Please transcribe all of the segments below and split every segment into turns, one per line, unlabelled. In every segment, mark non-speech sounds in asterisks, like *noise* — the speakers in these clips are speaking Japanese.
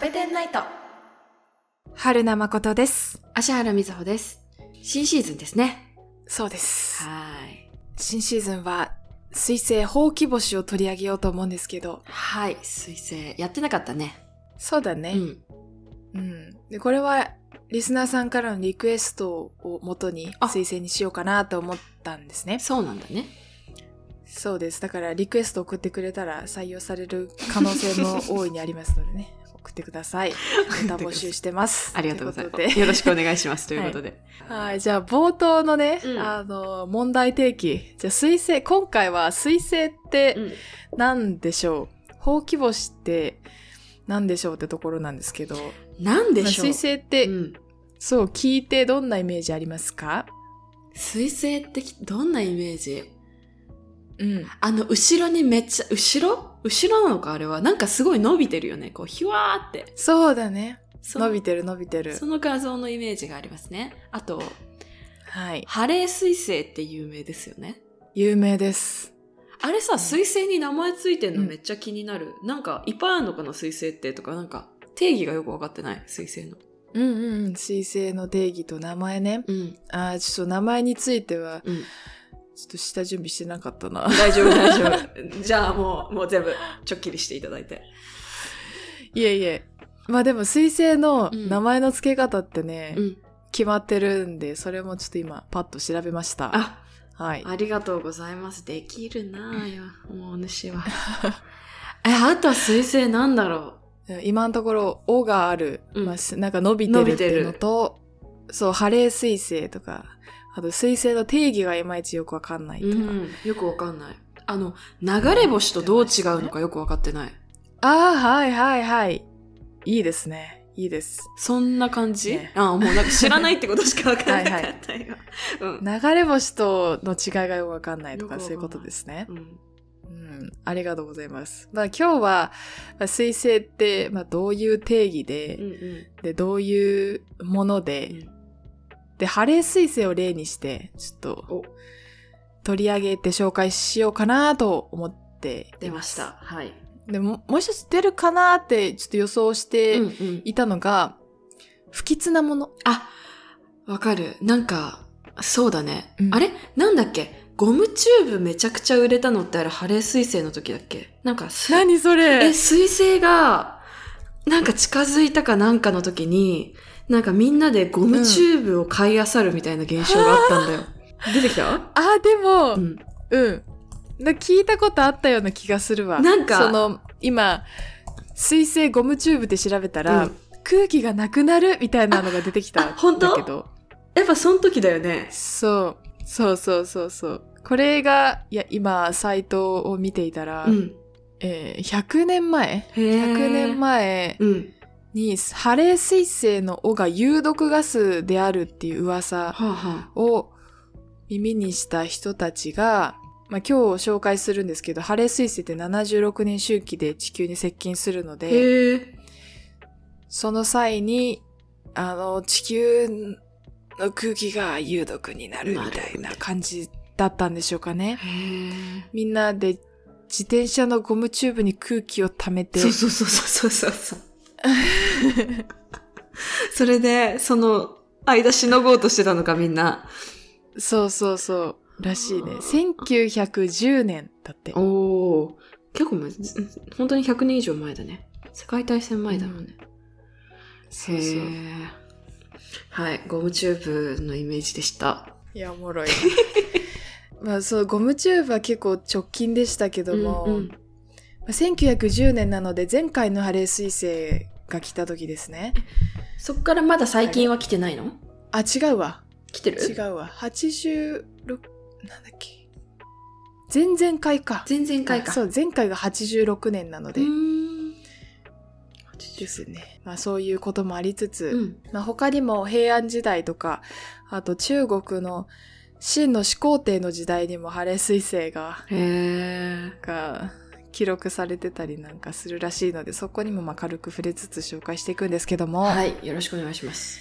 ペテンナイト
春名誠です。
芦原瑞穂です新シーズンですね
そうです。
はーい
新シーズンは、水星ほうき星を取り上げようと思うんですけど。
はい彗星やってなかったね
そうだ
う
ね。
ん
うん。で、これは、リスナーさんからのリクエストをもとに、
あ
水星にしようかなと思ったんですね。
そうなんだね
そうです。だから、リクエスト送ってくれたら採用される可能性も大いにありますのでね。 *laughs* 送ってください。
*laughs*
また募集して *laughs* ます。
ありがとうございま
というこ
す
とで
よろしくお願いしますということで、
はい、じゃあ冒頭のね、
うん
あの、問題提起。じゃあ、水星、今回は水星って
うん
何でしょう、ほうき星って何でしょうってところなんですけど、
なんでしょう
水星って、
うん
そう、聞いてどんなイメージありますか
彗星ってきどんなイメージ
うん。
あの後ろにめっちゃ後ろ後ろなのかあれはなんかすごい伸びてるよねこうひわーって
そうだね。
その
伸びてる伸びてる
そ。の画像のイメージがありますねあと
はい。
ハレー彗星って有名ですよね
有名です。
あれさ、
うん
彗星に名前ついてんの
うん
めっちゃ気になる。なんか、いっぱいあるのかな、彗星ってとか、なんか、定義がよくわかってない、彗星の。
うんうんうん。水星の定義と名前ね。
うん。
あーちょっと名前については、
うん。
ちょっと下準備してなかったな。 *laughs*
大 *laughs* 丈夫、大丈夫。じゃあ、もう、もう全部、ちょっきりしていただいて。
いえいえ。まあでも、水星の
うん
名前の付け方ってね、
うん。
決まってるんで、それもちょっと今、パッと調べました。
あ、
はい。
ありがとうございます。できるなあよ、もうお主は。 *laughs* え、あとは彗星なんだろ
今のところ、尾がある、
うん。
まあすなんか伸びてるっていうのと、そう、ハレー水星とか、あと、水星の定義がいまいちよくわかんないうと
う
か。
ん。よくわかんない。あの、流れ星とどう違うのかよくわかってない。
ああ、はいはいはい。いいですね。いいです。
そんな感じ、
ね
ああ、もうなんか知らないってことしかわかんなかったよ。うん。
流れ星との違いがよくわかんないと
よ
か、
くわ
そう
かん
いう
ない
ことですね
う。ん
うん、ありがとうございます。まあ今日は、まあ、水星って、まあどういう定義で、
うんうん
で、どういうもので、で、ハレー彗星を例にして、ちょっと
お、
取り上げて紹介しようかなと思ってい
出ました。。はい。
でも、もう一つ出るかなって、ちょっと予想して
うんうん
いたのが、不吉なもの。
あ、わかる。なんか、そうだね。
うん
あれなんだっけゴムチューブめちゃくちゃ売れたのってあれ、ハレー彗星の時だっけなんか、す
何そ
え、
れ
彗星が、なんか近づいたかなんかの時に、なんかみんなでゴムチューブを買い漁るみたいな現象があったんだ *laughs* よ。出てきた
あ、で
う
も、うん。
ん。
な聞いたことあったような気がするわ。
なんか
その、今、水星ゴムチューブで調べたら、
うん
空気がなくなるみたいなのが出てきた
あ本当
だけど。
やっぱその時だよね。
そう。そうそうそうそう。これが、いや、今、サイトを見ていたら、
うん。
えー100年前
へえ
?100 年前
うん。
に、ハレー彗星の尾が有毒ガスであるっていう
はあ、
噂
は
を耳にした人たちが、まあ、今日紹介するんですけど、ハレー彗星って76年周期で地球に接近するの
あ、
で、
へえ。
その際に、あの、地球の空気が有毒になるみたいな感じだったんでしょうかね。
へえ。
みんなで自転車のゴムチューブに空気を溜めて、
そうそうそうそうそう *laughs* そう。それで、その、間しのごうとしてたのか、みんな。
そうそうそう、らしいね
あ。
1910年だって。
おお。結構前、本当に100年以上前だね。世界大戦前だもんね。
そうそう。
へーはい、ゴムチューブのイメージでした。
いや、おもろいな。 *laughs* まあそう、ゴムチューブは結構直近でしたけども、
うんうん
まあ1910年なので前回のハレー彗星が来た時ですね。
そっからまだ最近は来てないの
あ、違うわ。
来てる
違うわ。86、なんだっけ。前々回か。
前々回か。
そう、前回が86年なの
う
で。
ーん。
ですね。まあそういうこともありつつ、
うん。
まあ、他にも平安時代とか、あと中国の秦の始皇帝の時代にもハレー彗星が、
へえ。
が記録されてたりなんかするらしいので、そこにもまあ軽く触れつつ紹介していくんですけども、はい。
はい、よろしくお願いします。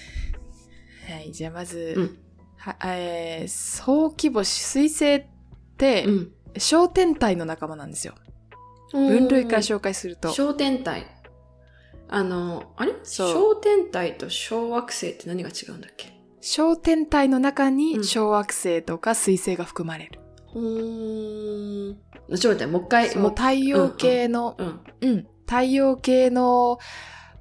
じゃあまず、
うん。
はえー、早期星、彗星って、
うん。
小天体の仲間なんですよ。分類から
小
紹介すると。
小天体。あの、あれ
そう
小天体と小惑星って何が違うんだっけ
小天体の中
う
に
ん
小惑星とか水星が含まれる。
ほーん。ちょっと待って、もう一回、
そ
もう、
の太陽系の、
うん、
うん、太陽系の、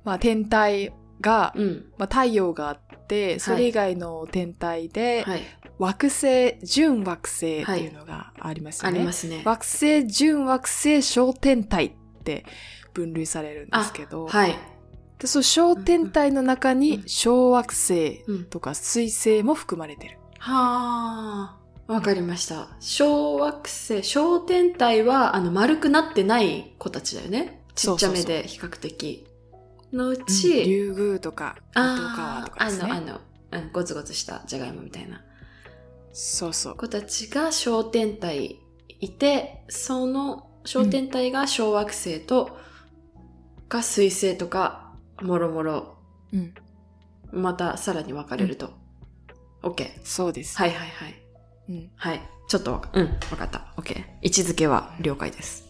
まあ、天体が、
うん。
まあ、太陽があって、それ以外の天体で、
はい。
惑星、準惑星っていうのがあります
あ
よね。
りますね。
惑星、準惑星、小天体って分類されるんですけど、
はい。
でその小天体の中に
うん
小惑星
うん。
とか水星も含まれてる。
はあ。わかりました。小惑星、小天体は、あの、丸くなってない子たちだよね。ちっちゃめ
そう
で、比較的。のう
うん
ち、
リュウグウとか、伊
あ
藤川とかです
ーあ
ね。
の、あの、うん、ゴツゴツしたじゃがいもみたいな
そうそう。
子たちが小天体いて、その小天体が小惑星と、が水星とか、もろもろ、
うん。
またさらに分かれると。OK。
そうです。
はいはいはい。
うん。
はい。ちょっとわか、うん、わかった。オッケー。位置づけは了解です。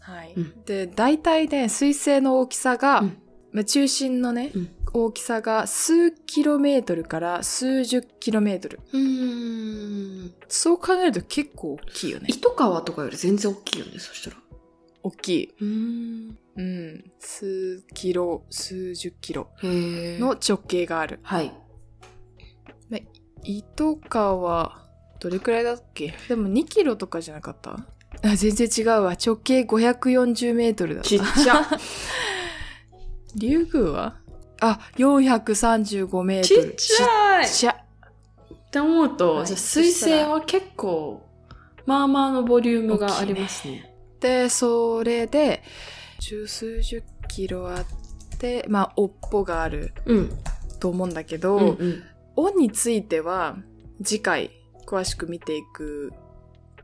はい。
うん
で、大体ね、水星の大きさが、
うん
まあ中心のね、
うん
大きさが数キロメートルから数十キロメートル。
うーん。
そう考えると結構大きいよね。
糸川とかより全然大きいよね、そしたら。
大きい。
うーん。
うん。数キロ、数十キロ
へえ。
の、直径がある。
はい。
糸川、どれくらいだっけでも2キロとかじゃなかったあ、全然違うわ。直径540メートルだった。
ちゃ。
リュウグウはあ、435メー
*laughs* ち
トル。
っちゃい
ちっちゃ。
って思うと、
はい
じゃあ水星は結構、まあまあのボリュームがありますね。
で、それで、十数十キロあって、まあ、尾っぽがある
うん。
と思うんだけ
う
ど、
んうん。
尾については、次回、詳しく見ていく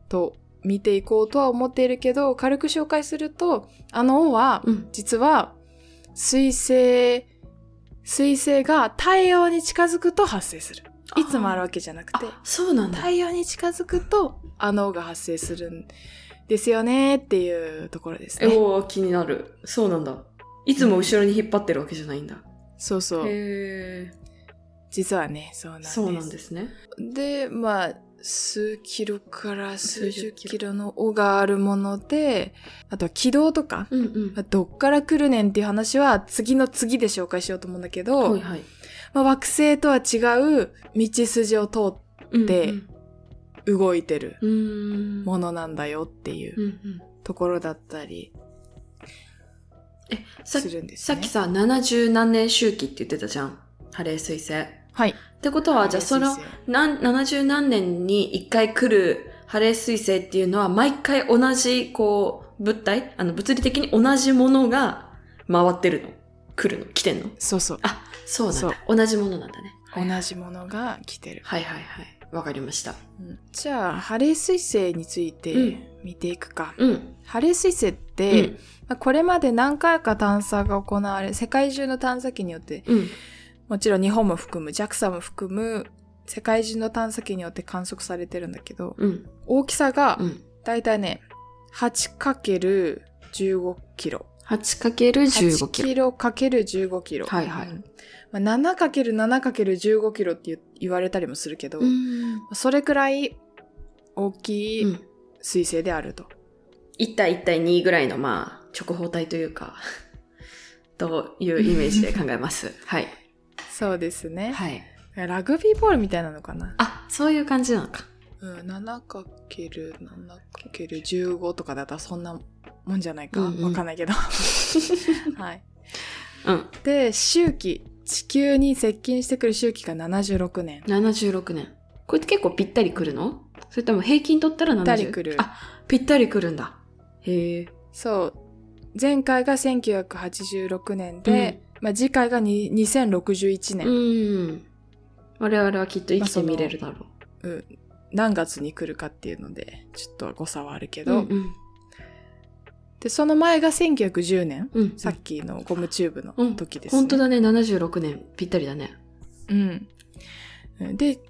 と、見ていこうとは思っているけど、軽く紹介すると、あの尾は、
うん。
実は、水星、水星が太陽に近づくと発生する。いつもあるわけじゃなくて、
あ、そうなんだ。
太陽に近づくと、あの尾が発生するんですよねっていうところですね。
おー、気になる。そうなんだ。いつも後ろに引っ張ってるわけじゃないんだ。
そうそう。
へえ。
実はね、そうなんです。
そうなんですね。
で、まあ、数キロから数
数
十
十キロ
キロの尾があるもので、あとは軌道とか、
うんうん
まあ。どっから来るねんっていう話は次の次で紹介しようと思うんだけど、
はいはい。
まあ、惑星とは違う道筋を通っで
うん
動いてる
うん、うーん。
ものなんだよっていううん
うん
ところだったり
え、さっ
す
き、
るんです
さ
ね。
っきさ、70何年周期って言ってたじゃん。ハレー彗星。っ
はい。
てことは、じゃあその
そうですよ
なん70何年に1回来るハレー彗星っていうのは、毎回同じ、こう、物体あの、物理的に同じものが回ってるの来るの来てんの
そうそう。
そうなんだ。同じものなんだね。
同じものが来てる。
はいはいはい。わかりました。
うんじゃあ、ハレー彗星について
うん
見ていくか。
うん。
ハレー彗星っ
う
て、
ん。
まあこれまで何回か探査が行われ、世界中の探査機によって、
うん。
もちろん日本も含む、JAXA も含む、世界中の探査機によって観測されてるんだけど、
うん。
大きさが
う、ん。
だいたいね、8×15 キロ。
8×15
8
キロ。
キロ ×15 キロ。
はいはい
うんまあ、7×7×15 キロって言言われたりもするけど、
うん。
それくらい大き
う
い
ん
彗星であると。
1対1対2ぐらいの、まあ、直方体というか、 *laughs* というイメージで考えます。はい。
そうですね。
はい。
ラグビーボールみたいなのかな。
あ、そういう感じなのか。
うん、7×7×15 とかだったらそんなもんじゃないか。
う
わ、
んうん
かんない *laughs* けど。はい。
うん。
で、周期。地球に接近してくる周期が76年。
76年。これって結構ぴったりくるのそれとも平均取ったら70
ぴったりくる
あ、ぴったりくるんだ。へえ。
そう。前回が1986年で、まあ次回がに2061
う
年、
ん。我々はきっと生きて見れるだろ
何月に来るかっていうので、ちょっと誤差はあるけ
う。う
ど。
んうん。
で、その前が1910年。
うん。
さっきのゴムチューブの時ですね。
本当だね、76年。ぴったりだね。
うん。で、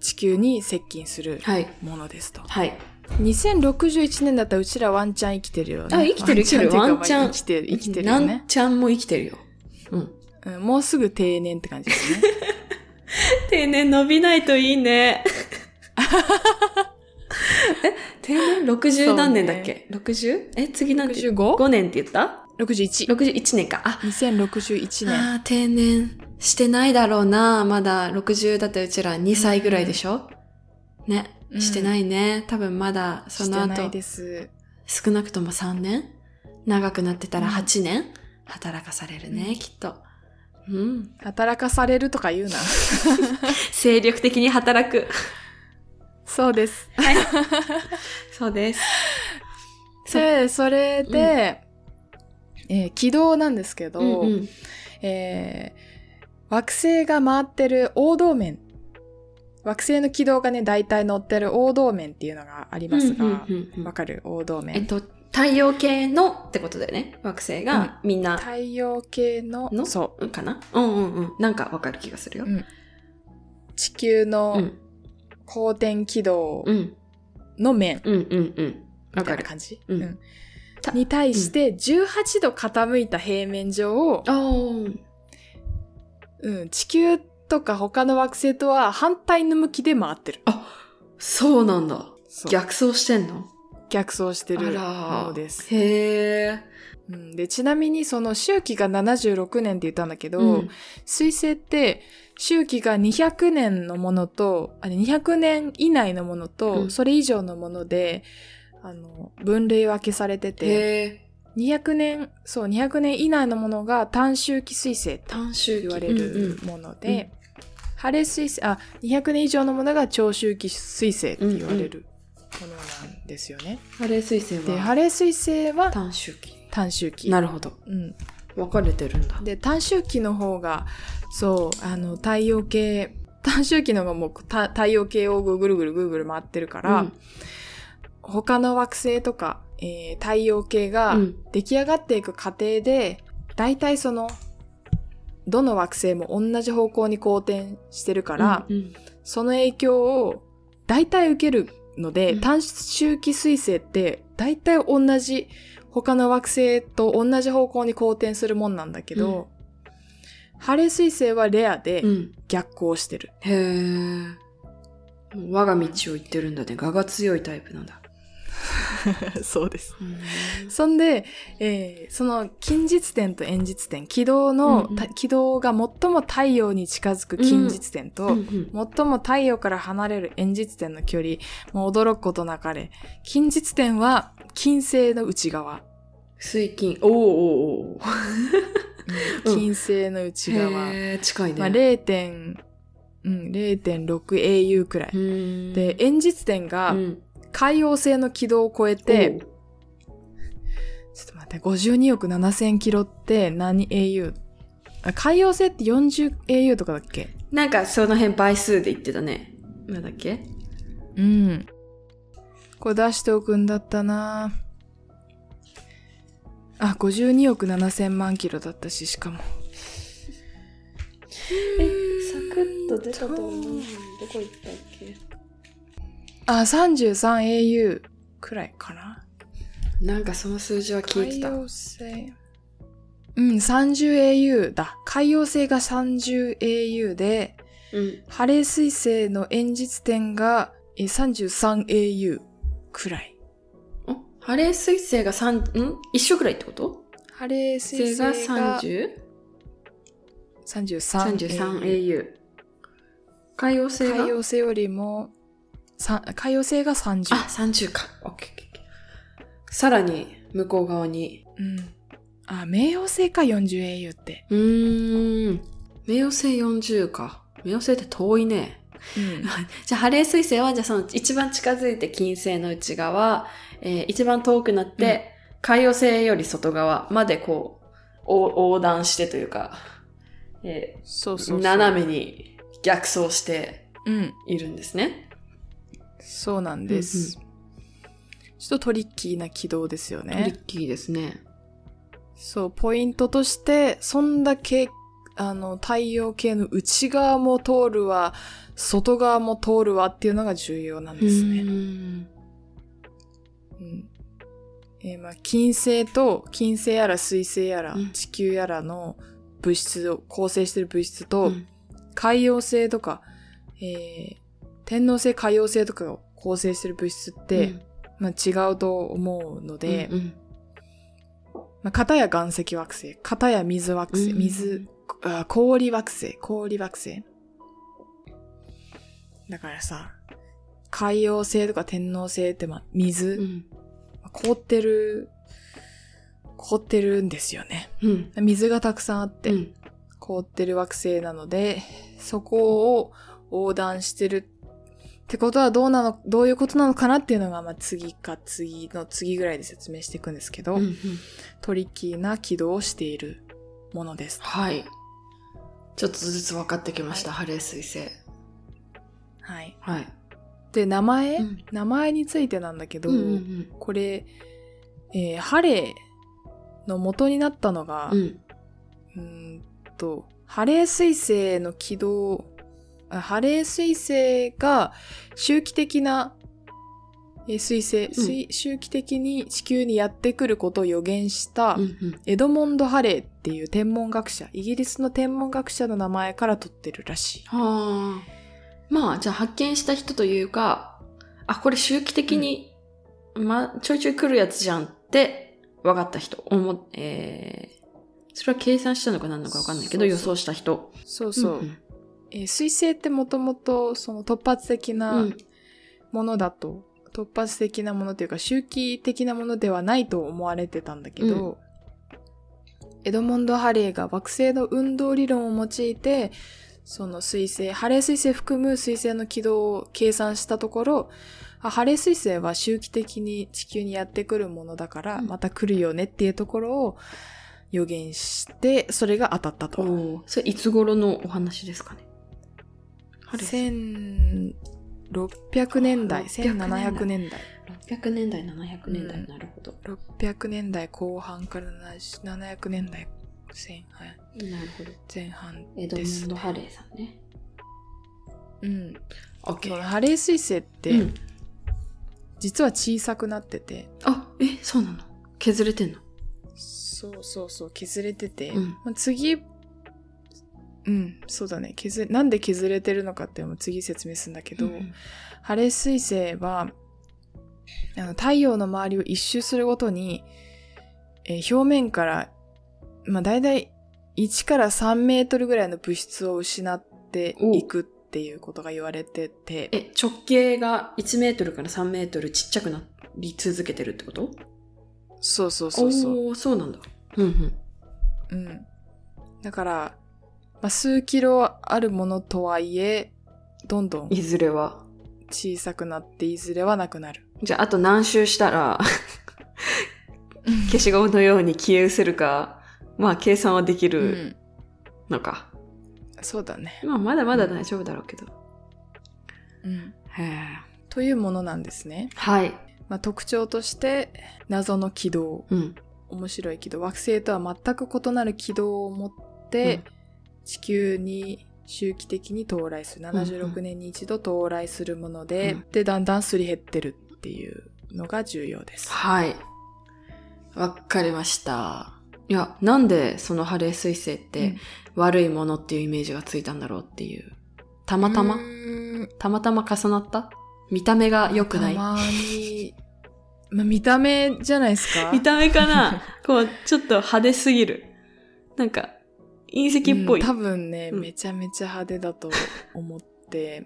地球に接近する
はい。
ものですと。
はい。
2061年だったらうちらワンチャン生きてるよね。
あ生きてる生きてる
ワンチャン
ワン
っていうかまあ生きてる、生きてる
な
よ
ん
ね。
ちゃんも生きてるよ。うん。
うんもうすぐ定年って感じですね。
定年伸びないといいね。 *laughs* え、定年
そ
60
うね
何年だっけ、?60? え、次なんて
65?61。
5年って言った
61
?61 年か。あ、
2061年。
あー定年してないだろうな。まだ60だってうちら2歳ぐらいでしょ、ね、
うん
してないね。多分まだその
してない
後、
です。
少なくとも3年長くなってたら
うん
8年、働かされるね、
うん
きっと。うん。
働かされるとか言
*laughs*
うな。
精力的に働
*laughs*
く。
そうです。
そうです。そう
で、それで、えー軌道なんですけど、
うんうん
えー惑星が回ってる黄道面。惑星の軌道がね、大体乗ってる黄道面っていうのがありますが、
う
わ、
んうんうんうん
かる黄道面。
えっと、太陽系のってことだよね。惑星がみんな、
太陽系の
の
そ
うんかなうんうんうん。なんかわかる気がするよ
う。んう地球
う
の
ん。
公転軌道
うん。
の面
うんうんうん。わ
みた
か
いな
る。
感じ、
うん
うんに対して18度傾いた平面上を、
あー
うん、地球とか他の惑星とは反対の向きで回ってる。
そうなんだ。
そう
逆走してんの
逆走してる
あ
も
ら
のです、
へえ。
うんで。ちなみにその周期が76年って言ったんだけど、
うん
彗星って周期が200年のものと、あれ200年以内のものと、
うん
それ以上のもので、あの、分類分けされてて、
へえ。
200年、そう、200年以内のものが単周期彗星と
短周期
言われ
うんうん
るもの
うんう
で、ハレ彗星、あ、200年以上のものが長周期彗星って言われるものなんですよね。
ハレー彗星
で、
は
ハレ彗星は
短周期。
単周期。
なるほど。
うん。
分かれてるんだ。
で短周期の方がそうあの太陽系短周期の方がもうた太陽系をぐるぐるぐるぐる回ってるから、
うん
他の惑星とか、えー太陽系が
うん
出来上がっていく過程で、だいたいそのどの惑星も同じ方向に公転してるから、
うん
その影響を大体受けるので、
うん
短周期彗星って大体同じ他の惑星と同じ方向に公転するもんなんだけど、ハレ彗星はレアで
うんうん。
逆行し
*laughs*
てる。
へえ。我が道を行ってるんだね。我が強いタイプなんだ。
そうです。そんで、えーその近日点と遠日点、軌道の、
うんうん
た軌道が最も太陽に近づく近日点と、
うんうん
最も太陽から離れる遠日点の距離、もう驚くことなかれ。近日点は金星の内側。
水金。おーおーおーうん
金星の内側。
へー近いね。
まあ、0. 点、うん、0.6au くらい。で、遠日点が
うん、
海王星の軌道を超えて、ちょっと待って、52億7000キロって何 au? あ海王星って 40au とかだっけ
なんかその辺倍数で言ってたね。なんだっけ
うん。これ出しておくんだったなあ、52億7000万キロだったし、しかも。
どこ行ったっけ
あ、33au くらいかな。
なんかその数字は聞いてた。
海洋星。うん、30au だ。海洋星が 30au で、
うん
ハレー彗星の演日点がえ 33au くらい。
おハレー彗星が三ん一緒くらいってこと
ハレー彗
星が
星が 33au。
30?33au。海王星が
海洋星よりも、さ海洋星が30。
あ、30か。オッケーオッケーオッケーさらに、向こう側に。
うん。あ、冥王星か 40au って。
うーん。冥王星40か。冥王星って遠いね。
うん。
じゃあ、ハレー彗星は、じゃあその一番近づいて金星の内側、えー一番遠くなって、海洋星より外側までこう、お横断してというか、えー
そうそうそう。
斜めに逆走して
うん。
いるんですね。
そうなんです。ちょっとトリッキーな軌道ですよ
トリ
ね。
ッキーですね。
そう、ポイントとして、そんだけ、あの、太陽系の内側も通るわ、外側も通るわっていうのが重要なん
う
ですね。
ーん
うんえーまあ、金星と金星やら水星やら
うん
地球やらの物質を構成してる物質
う
と、
ん
海洋星とか、えー天王星海洋星とかを構成してる物質って、まあ、違うと思うので、
うんうん
まあ、片や岩石惑星片や水惑星、
うん
水あ氷惑星氷惑星だからさ海洋星とか天王星って、まあ、水、
うん
凍ってる、凍ってるんですよね。
うん
水がたくさんあって、
うん
凍ってる惑星なので、そこを横断してるってことはどうなの、どういうことなのかなっていうのが、まあ、次か次の次ぐらいで説明していくんですけど、
うんうん
トリッキーな軌道をしているものです。
はいちょっとずつ分かってきました、ハレー彗星
はい。
はい
で、名前、
うん
名前についてなんだけど、
うんうん
これ、えーハレーの元になったのが、
うんうん
うーんと、ハレー彗星の軌道、あハレー彗星が周期的な、えー彗星、水周期的に地球にやってくることを予言した、
うんうん
エドモンド・ハレーっていう天文学者、イギリスの天文学者の名前から取ってるらしい。
はあまあじゃあ発見した人というかあこれ周期的に、ま、ちょいちょい来るやつじゃんって分かった人思っえーそれは計算したのか何なのか分かんないけど
そうそう
予想した人
そうそう。
んん
えー彗星ってもともとその突発的
う
なんものだと、突発的なものというか周期的なものではないと思われてたんだけど、エドモンド・ハレーが惑星の運動理論を用いてその彗星ハレー彗星含む彗星の軌道を計算したところあハレー彗星は周期的に地球にやってくるものだから
うん
また来るよねっていうところを予言してそれが当たったと。
おーそれいつ頃のお話ですかねハレー
1600年代1700年代
600年代700年代、なるほど
600年代後半から70 700年代前半
なるほど
前半
エド
で
モ
す、
ンド・
ね。
ハレーさんね
うん、
オッケ
この
ー
ハレー彗星って、
うん、
実は小さくなってて
あえそうなの削れてんの
そうそうそう削れてて、
うん
まあ次うんそうだね削れなんで削れてるのかっていうのも次説明するんだけど、
うん
ハレー彗星はあの太陽の周りを一周するごとに、えー表面から、まあ、大体1から3メートルぐらいの物質を失っていくっていうことが言われてて
え直径が1メートルから3メートルちっちゃくなり続けてるってこと
そうそうそうそう、
おーそうなんだうんうん
うん、だから、まあ、数キロあるものとはいえどんどん
いずれは
小さくなっていずれはなくなる
じゃああと何周したら *laughs* 消しゴムのように消え失せるかまあ計算はでき
う
る
ん、
のか、
そうだね、
まあまだまだ大丈夫だろうけど
うん、
へえ
というものなんですね、
はい
まあ、特徴として謎の軌道
うん
面白い軌道惑星とは全く異なる軌道を持って、
うん
地球に周期的に到来する76年に一度到来するもので、
うん
でだんだんすり減ってるっていうのが重要です。
はいわかりましたいやなんでそのハレー彗星って悪いものっていうイメージがついたんだろうっていうたまたま、
うーん
たまたま重なった見た目が良く
た
ない
まに、まあ、見た目じゃないですか
見た目かなこう、ちょっと派手すぎる。なんか、隕石っぽい。
うん多分ね、
うん
めちゃめちゃ派手だと思って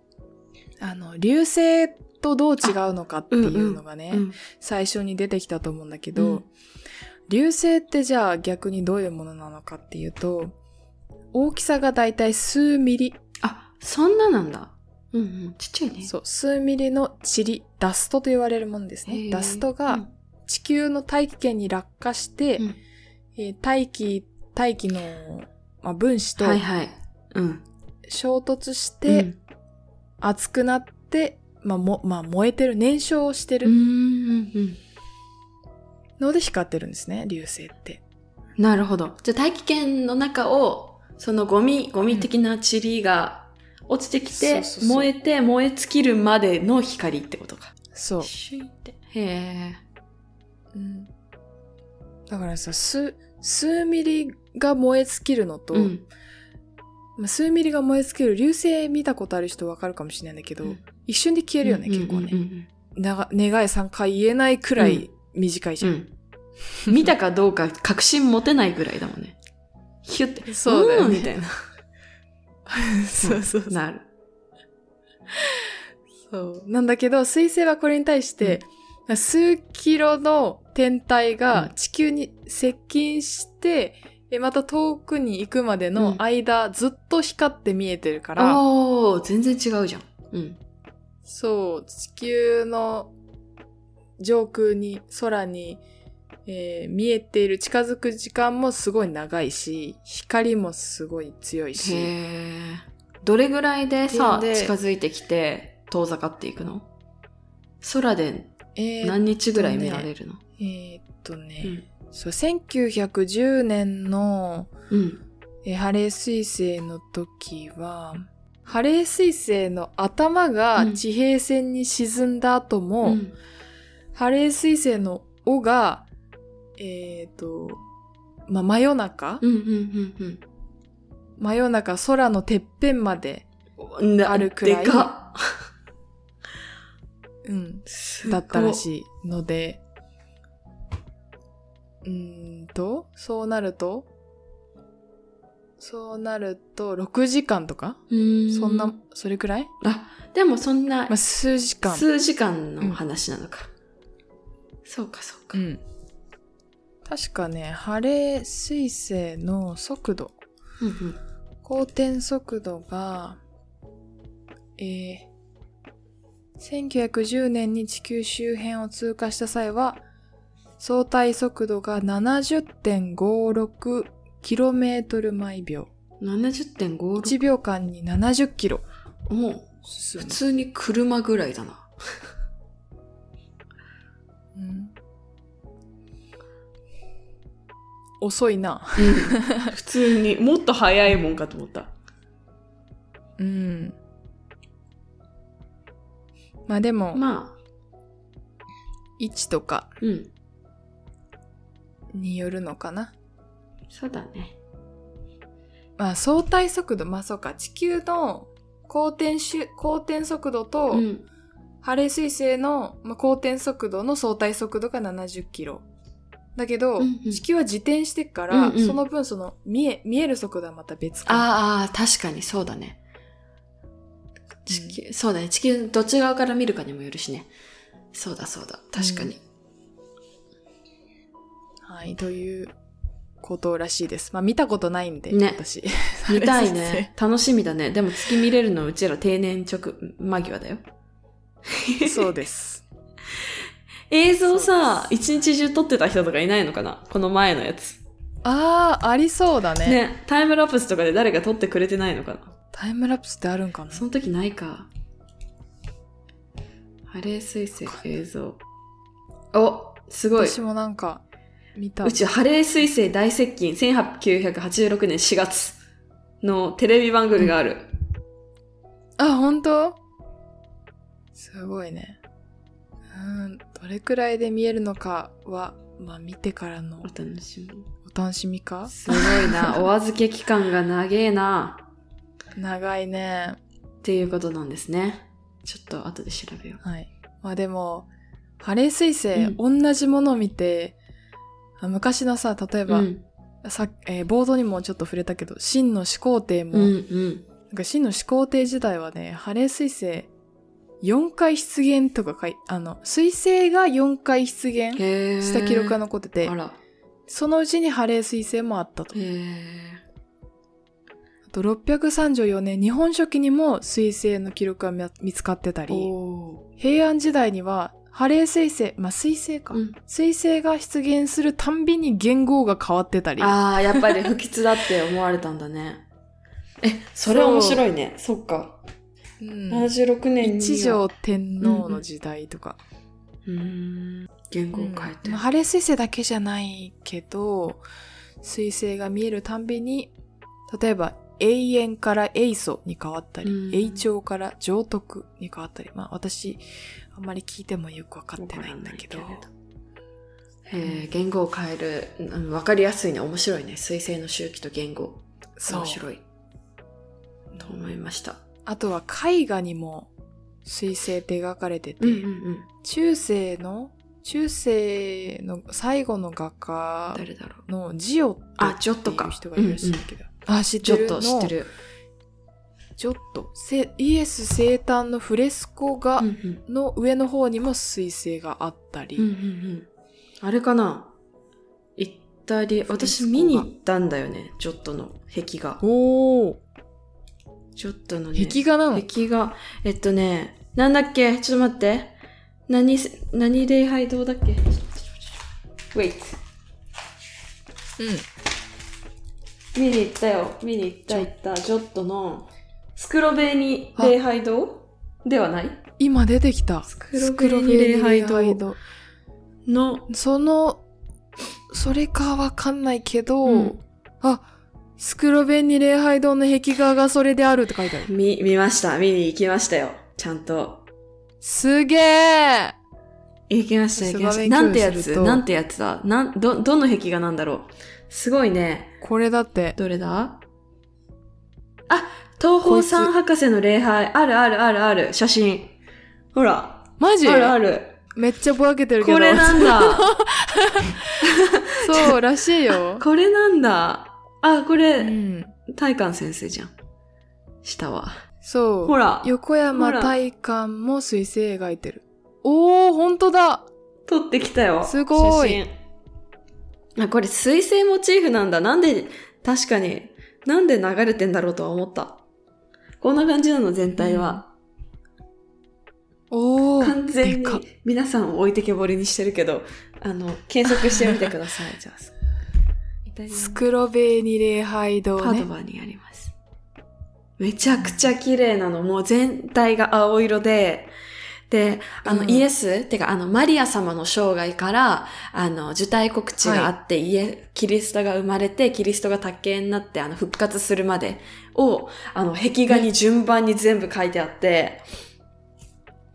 *laughs* あの流星とどう違うのかっていうのがね、
うん
最初に出てきたと思うんだけど、
うん
流星ってじゃあ逆にどういうものなのかっていうと大きさがだいたい数ミリ、
あ、そんななんだ。うんうん。ちっちゃいね。
そう数ミリの塵ダストと言われるものです
へ
ね
ー
ダストが、地球の大気圏に落下して、
うん
えー大気大気の、まあ、分子
うん
と
はいはい。うん。
衝突して、熱くなって、まあもまあ、燃えてる燃焼をして
うん、う
る
んうん
ので光ってるんですね流星って。
うん。なるほど。じゃあ大気圏の中を、そのゴミ、ゴミ的な塵が落ちてきて、
そうそうそう
燃えて、燃え尽きるまでの光ってことか。
そう
シュイって。へえ。
うん、だからさ数数ミリが燃え尽きるのと、
うん。
まあ数ミリが燃え尽きる流星見たことある人わかるかもしれないんだけど、
うん
一瞬で消えるよね、結構ね、
うんうん
長願い3回言えないくらい短いじ
う
ゃ
ん
ん、
うん。うん見たかどうか確信持てないぐらいだもんね。ヒュって。
そうだよね
んみたいな。
*laughs* そうそう *laughs* そう
なる。
そうなんだけど彗星はこれに対して、数キロの天体
う
が
ん
地球に接近して、えまた遠くに行くまでの間、ずっと光って見えてるから
おー、全然違うじゃん。うん。
そう、地球の上空に、空に、えー見えている近づく時間もすごい長いし、光もすごい強い
へ
し、
え。どれぐらいでさ、
で
近づいてきて、遠ざかっていくの空で
えー
何日ぐらい見られるの、
えーっとね、そう、1910年の、
うん。うん。
えーハレー彗星の時は、ハレー彗星の頭が地平線に沈んだ後
う
も、
ん
ハレー彗星の尾が、えーっと、まあ、真夜中、
うんうんうん
真夜中空のてっぺんまで、
うん。な
あるくらい
でかっ
うん、だったらしいので、うーんと、そうなると、そうなると、6時間とか、
うー
そんな、それくらい、
あ、でもそんな
まあ、数時間。
数時間の話なのか。そうかそう
う
か。
ん。確かね、ハレー彗星の速度、
うんうん
公転速度が、えー、1910年に地球周辺を通過した際は、相対速度が 70.56km 毎秒。1
70.56
秒間に70キロ
もう
進
普
む。
通に車ぐらいだな
うん遅いな。
普通にもっと速いもんかと思った
うん。まあでも、
まあ
位置とか
うん
によるのかな。
そうだね
まあ、相対速度、まあそうか、地球の公転し公転速度と、
うん
ハレー彗星の、まあ、公転速度の相対速度が70キロ。だけど、
うんうん
地球は自転してっから、
うんうん
その分その見え、見える速度はまた別か。
あーあー確かにそうだね地球、そうだね地球どっち側から見るかにもよるしねそうだそうだ確かに、
はい、ということらしいです。まあ見たことないんで、
ね
私。 *laughs*
見たい
ハレー彗
ね楽しみだねでも月見れるのうちら定年直間際だよ
星。そうです。
映像さ
そうで
一日中撮ってた人とかいないのかなこの前のやつ
ああ、ありそうだね
ねタイムラプスとかで誰か撮ってくれてないのかな
タイムラプスってあるんかな
その時ないか。ハレー彗星映像。おすごい。
私もなんか、見た。
うちハレー彗星大接近1986年4月のテレビ番組がある。
あ、本当すごいね。うん、どれくらいで見えるのかは、まあ見てからの
お楽しみ。
お楽しみか
すごい *laughs* な。お預け期間が長えな。
長いね。
っていうことなんですね。ちょっと後で調べよ
はい。まあでも、ハレー彗星、
う
同じものを見て、あ昔のさ、例え
う。う
ば、
ん。
さえー冒頭にもちょっと触れたけど、真の始皇帝も、
うんう
なん
ん。
か真の始皇帝時代はね、ハレー彗星、4回出現とか書い、あの、彗星が4回出現
へえ。
した記録が残ってて
あ、ら。
そのうちにハレー彗星もあったと
へ。え。
あと634年、日本書紀にも彗星の記録が見見つかってたり、
お
平安時代にはハレー彗星、まあ、彗星か、
ー。うん
彗星が出現するたんびに元号が変わってたり、
ああ、やっぱり不吉だって思われたんだね。 *laughs* え、それ面白いね。そっか。
うん
76年には。
一条天皇の時代とか、
うーん。言語を
う
変
ん
えて。
まあハレー彗星だけじゃないけど、彗星が見えるたんびに、例えば永遠から永祖に変わったり、
うん
永長から上徳に変わったり、まあ私、あんまり聞いてもよくわかってないんだけど。
わからないけれどへえ言語を変える、うん、分かりやすいね面白いね水星の周期と言語
そう
面。白いと思いました
あとは絵画にも水星って描かれてて、
うん
中世の、中世の最後の画家
誰だろう
のジオット
あジョッ
って
ト
い
か
う人がいらっしゃるけど。あ、知っ
ち
て
ょっ
る
と知って
の
る、
ジョット。せイエス生誕のフレスコ画
うんうん
の上の方にも水星があったり、
うんうんうん、あれかなイタリア
レスコ
私
が
見に行ったんだよねジョットの壁画
おお、
ジョットのね
壁画なの
壁画えっとねなんだっけちょっと待って何せ何礼拝堂だっけ Wait 見に行ったよ見に行った行ったジョットのスクロベニ礼拝堂ではない
今出てきた。
スクロベニ礼拝堂
スクロベニ礼堂
の
その、それかわかんないけど、
うん
あ、スクロベニ礼拝堂の壁画がそれであるって書いてある。
見見ました見に行きましたよちゃんと
すげえ
行きました、行きま
素
し
晴
た。
ら
なんて
勉強
や
する
つ
と
なんてやつだなん、ど、どの壁画なんだろうすごいね。
これだって、
どれだあ、東方三博士の礼拝。あるあるあるある。写真。ほら。
マジ
あるある。
めっちゃぼやけてるけど。
これなん
*laughs*
だ。
そう、らしいよ。
*laughs* これなんだ。あ、こ
う
れ、
ん。
大観先生じゃん。下は。
そう。
ほら。
横山
ほら
大観も水星描いてる。おー、ほんとだ
撮ってきたよ。
すごい
写真。あ、これ水星モチーフなんだ。なんで、確かに、なんで流れてんだろうとは思った。こんな感じなの、全体は。
おー。
完全
で
に
かっ、
皆さんを置いてけぼりにしてるけど、あの、検索してみてくださ *laughs* い。じゃあ、イタリア
ス
の
クロベーニ礼拝堂
パ
ね
ド。バにあります。めちゃくちゃ綺麗なの。もう全体が青色で、で、あの、
うん
イエス、てか、あの、マリア様の生涯から、あの、受胎告知があって、イエ、キリストが生まれて、キリストが卓形になって、あの、復活するまでを、あの、壁画に順番に全部書いてあって、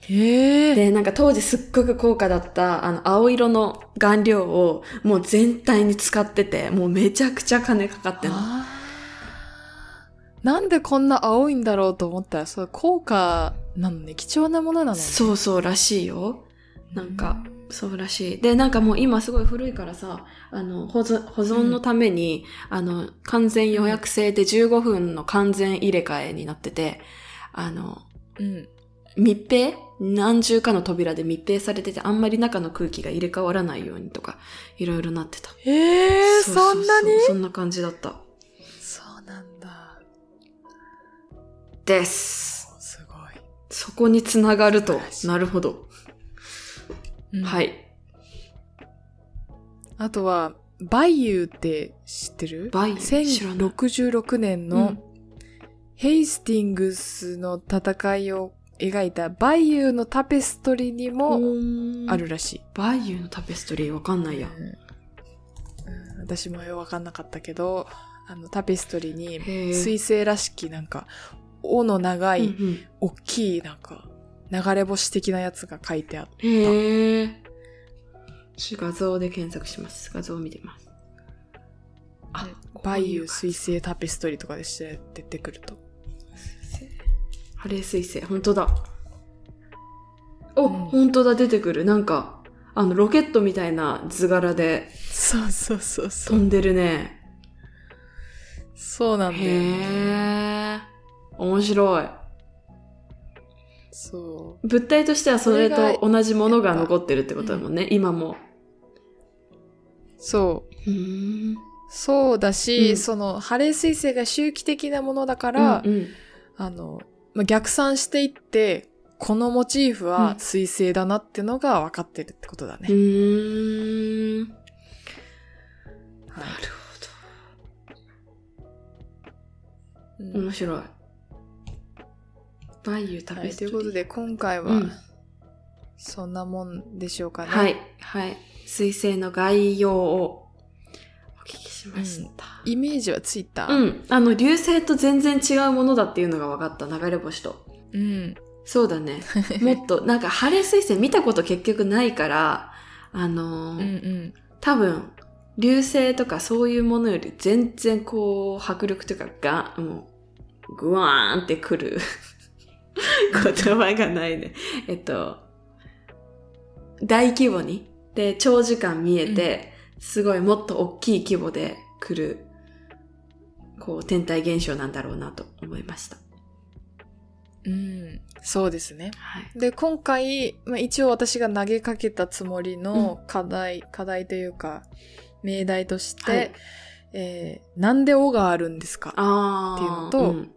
へえ。
で、なんか当時すっごく高価だった、あの、青色の顔料を、もう全体に使ってて、もうめちゃくちゃ金かかってんの。
あーなんでこんな青いんだろうと思ったら、そう、高価なのね。貴重なものなのね。
そうそうらしいよ。
う
なんか、そうらしい。で、なんかもう今すごい古いからさ、あの、保存、保存のために、あの、完全予約制で15分の完全入れ替えになってて、あの、
うん。
密閉何重かの扉で密閉されてて、あんまり中の空気が入れ替わらないようにとか、いろいろなってた。
へえ、
うう
そ
うん
なに
そんな感じだった。
そうなんだ。
です。
すご
そこにつながると
素晴ら。しい
なるほど。
い。。
はいい。
あとは、バイユーって知ってる
バイユー知らない
?1066 年
う
の
ん
ヘイスティングスの戦いを描いたバイユーのタペストリーにもある。らしい。
バイユーのタペストリーわかんないや。
うんうん私もよくわかんなかったけどあのタペストリーに
へえ
水星らしきなんか尾の長い、
うんうん
大きいなんか流れ星的なやつが書いてあって
へえ。画像で検索します。画像を見てます。あ、
バイユー水
水
星タペストリーとかで調べて出てくると
星。ハレー水星。本当だ。お、
うん
本当だ。出てくる。なんか、あの、ロケットみたいな図柄で
そうそうそうそ
飛
うん
でるね。
そうなんだよね
へえ。面白い。
そう
物体としてはそれ
それ
と
が
同じものが残ってるってことだもんね、今も。
そう
うん。
そうだし、
うん
そのハレー水星が周期的なものだから、
うんうん、
あの、まあ、逆算していって、このモチーフは水星だなってのが分かってるってことだ
う
ね。
ーん。なる
はい
ほど。面白い。バイユー食
は
べ
い、ということで今回
う
は
ん、
そんなもんでしょうかね。
はい、はい。水星の概要をお聞きしました。
イメージはついた。
うん。あの、流星と全然違うものだっていうのが分かった、流れ星と。
うん。
そうだ
*laughs*
ね。もっと、なんか、ハレー彗星見たこと結局ないから、あの
うん
ー
うん。
多分、流星とかそういうものより全然こう、迫力というか、が、もう、グワーンってくる *laughs* 言葉がないね。えっと、大規模に、で、長時間見えて、すごいもっと大きい規模で来る、こう、天体現象なんだろうなと思いました。
うん。そうですね。
はい。
で、今回、まあ、一応私が投げかけたつもりの課題、課題というか、命題として、
はい
えーなんで尾があるんですか
ああ。
っていうのと
ん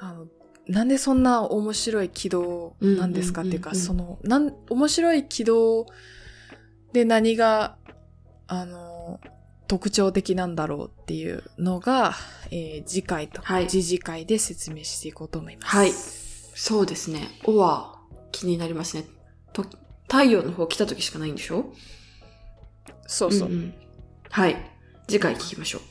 あのなんでそんな面白い軌道なんですか
うんう
っ
んうん
て
うん
いうか、その、なん、面白い軌道で何が、あの、特徴的なんだろうっていうのが、えー次回と、
はい
次次回で説明していこうと思います。
はいそうですね。おは気になりますね。と太陽の方来た時しかないんでしょ
そうそう。
んんはい。次回聞きましょう。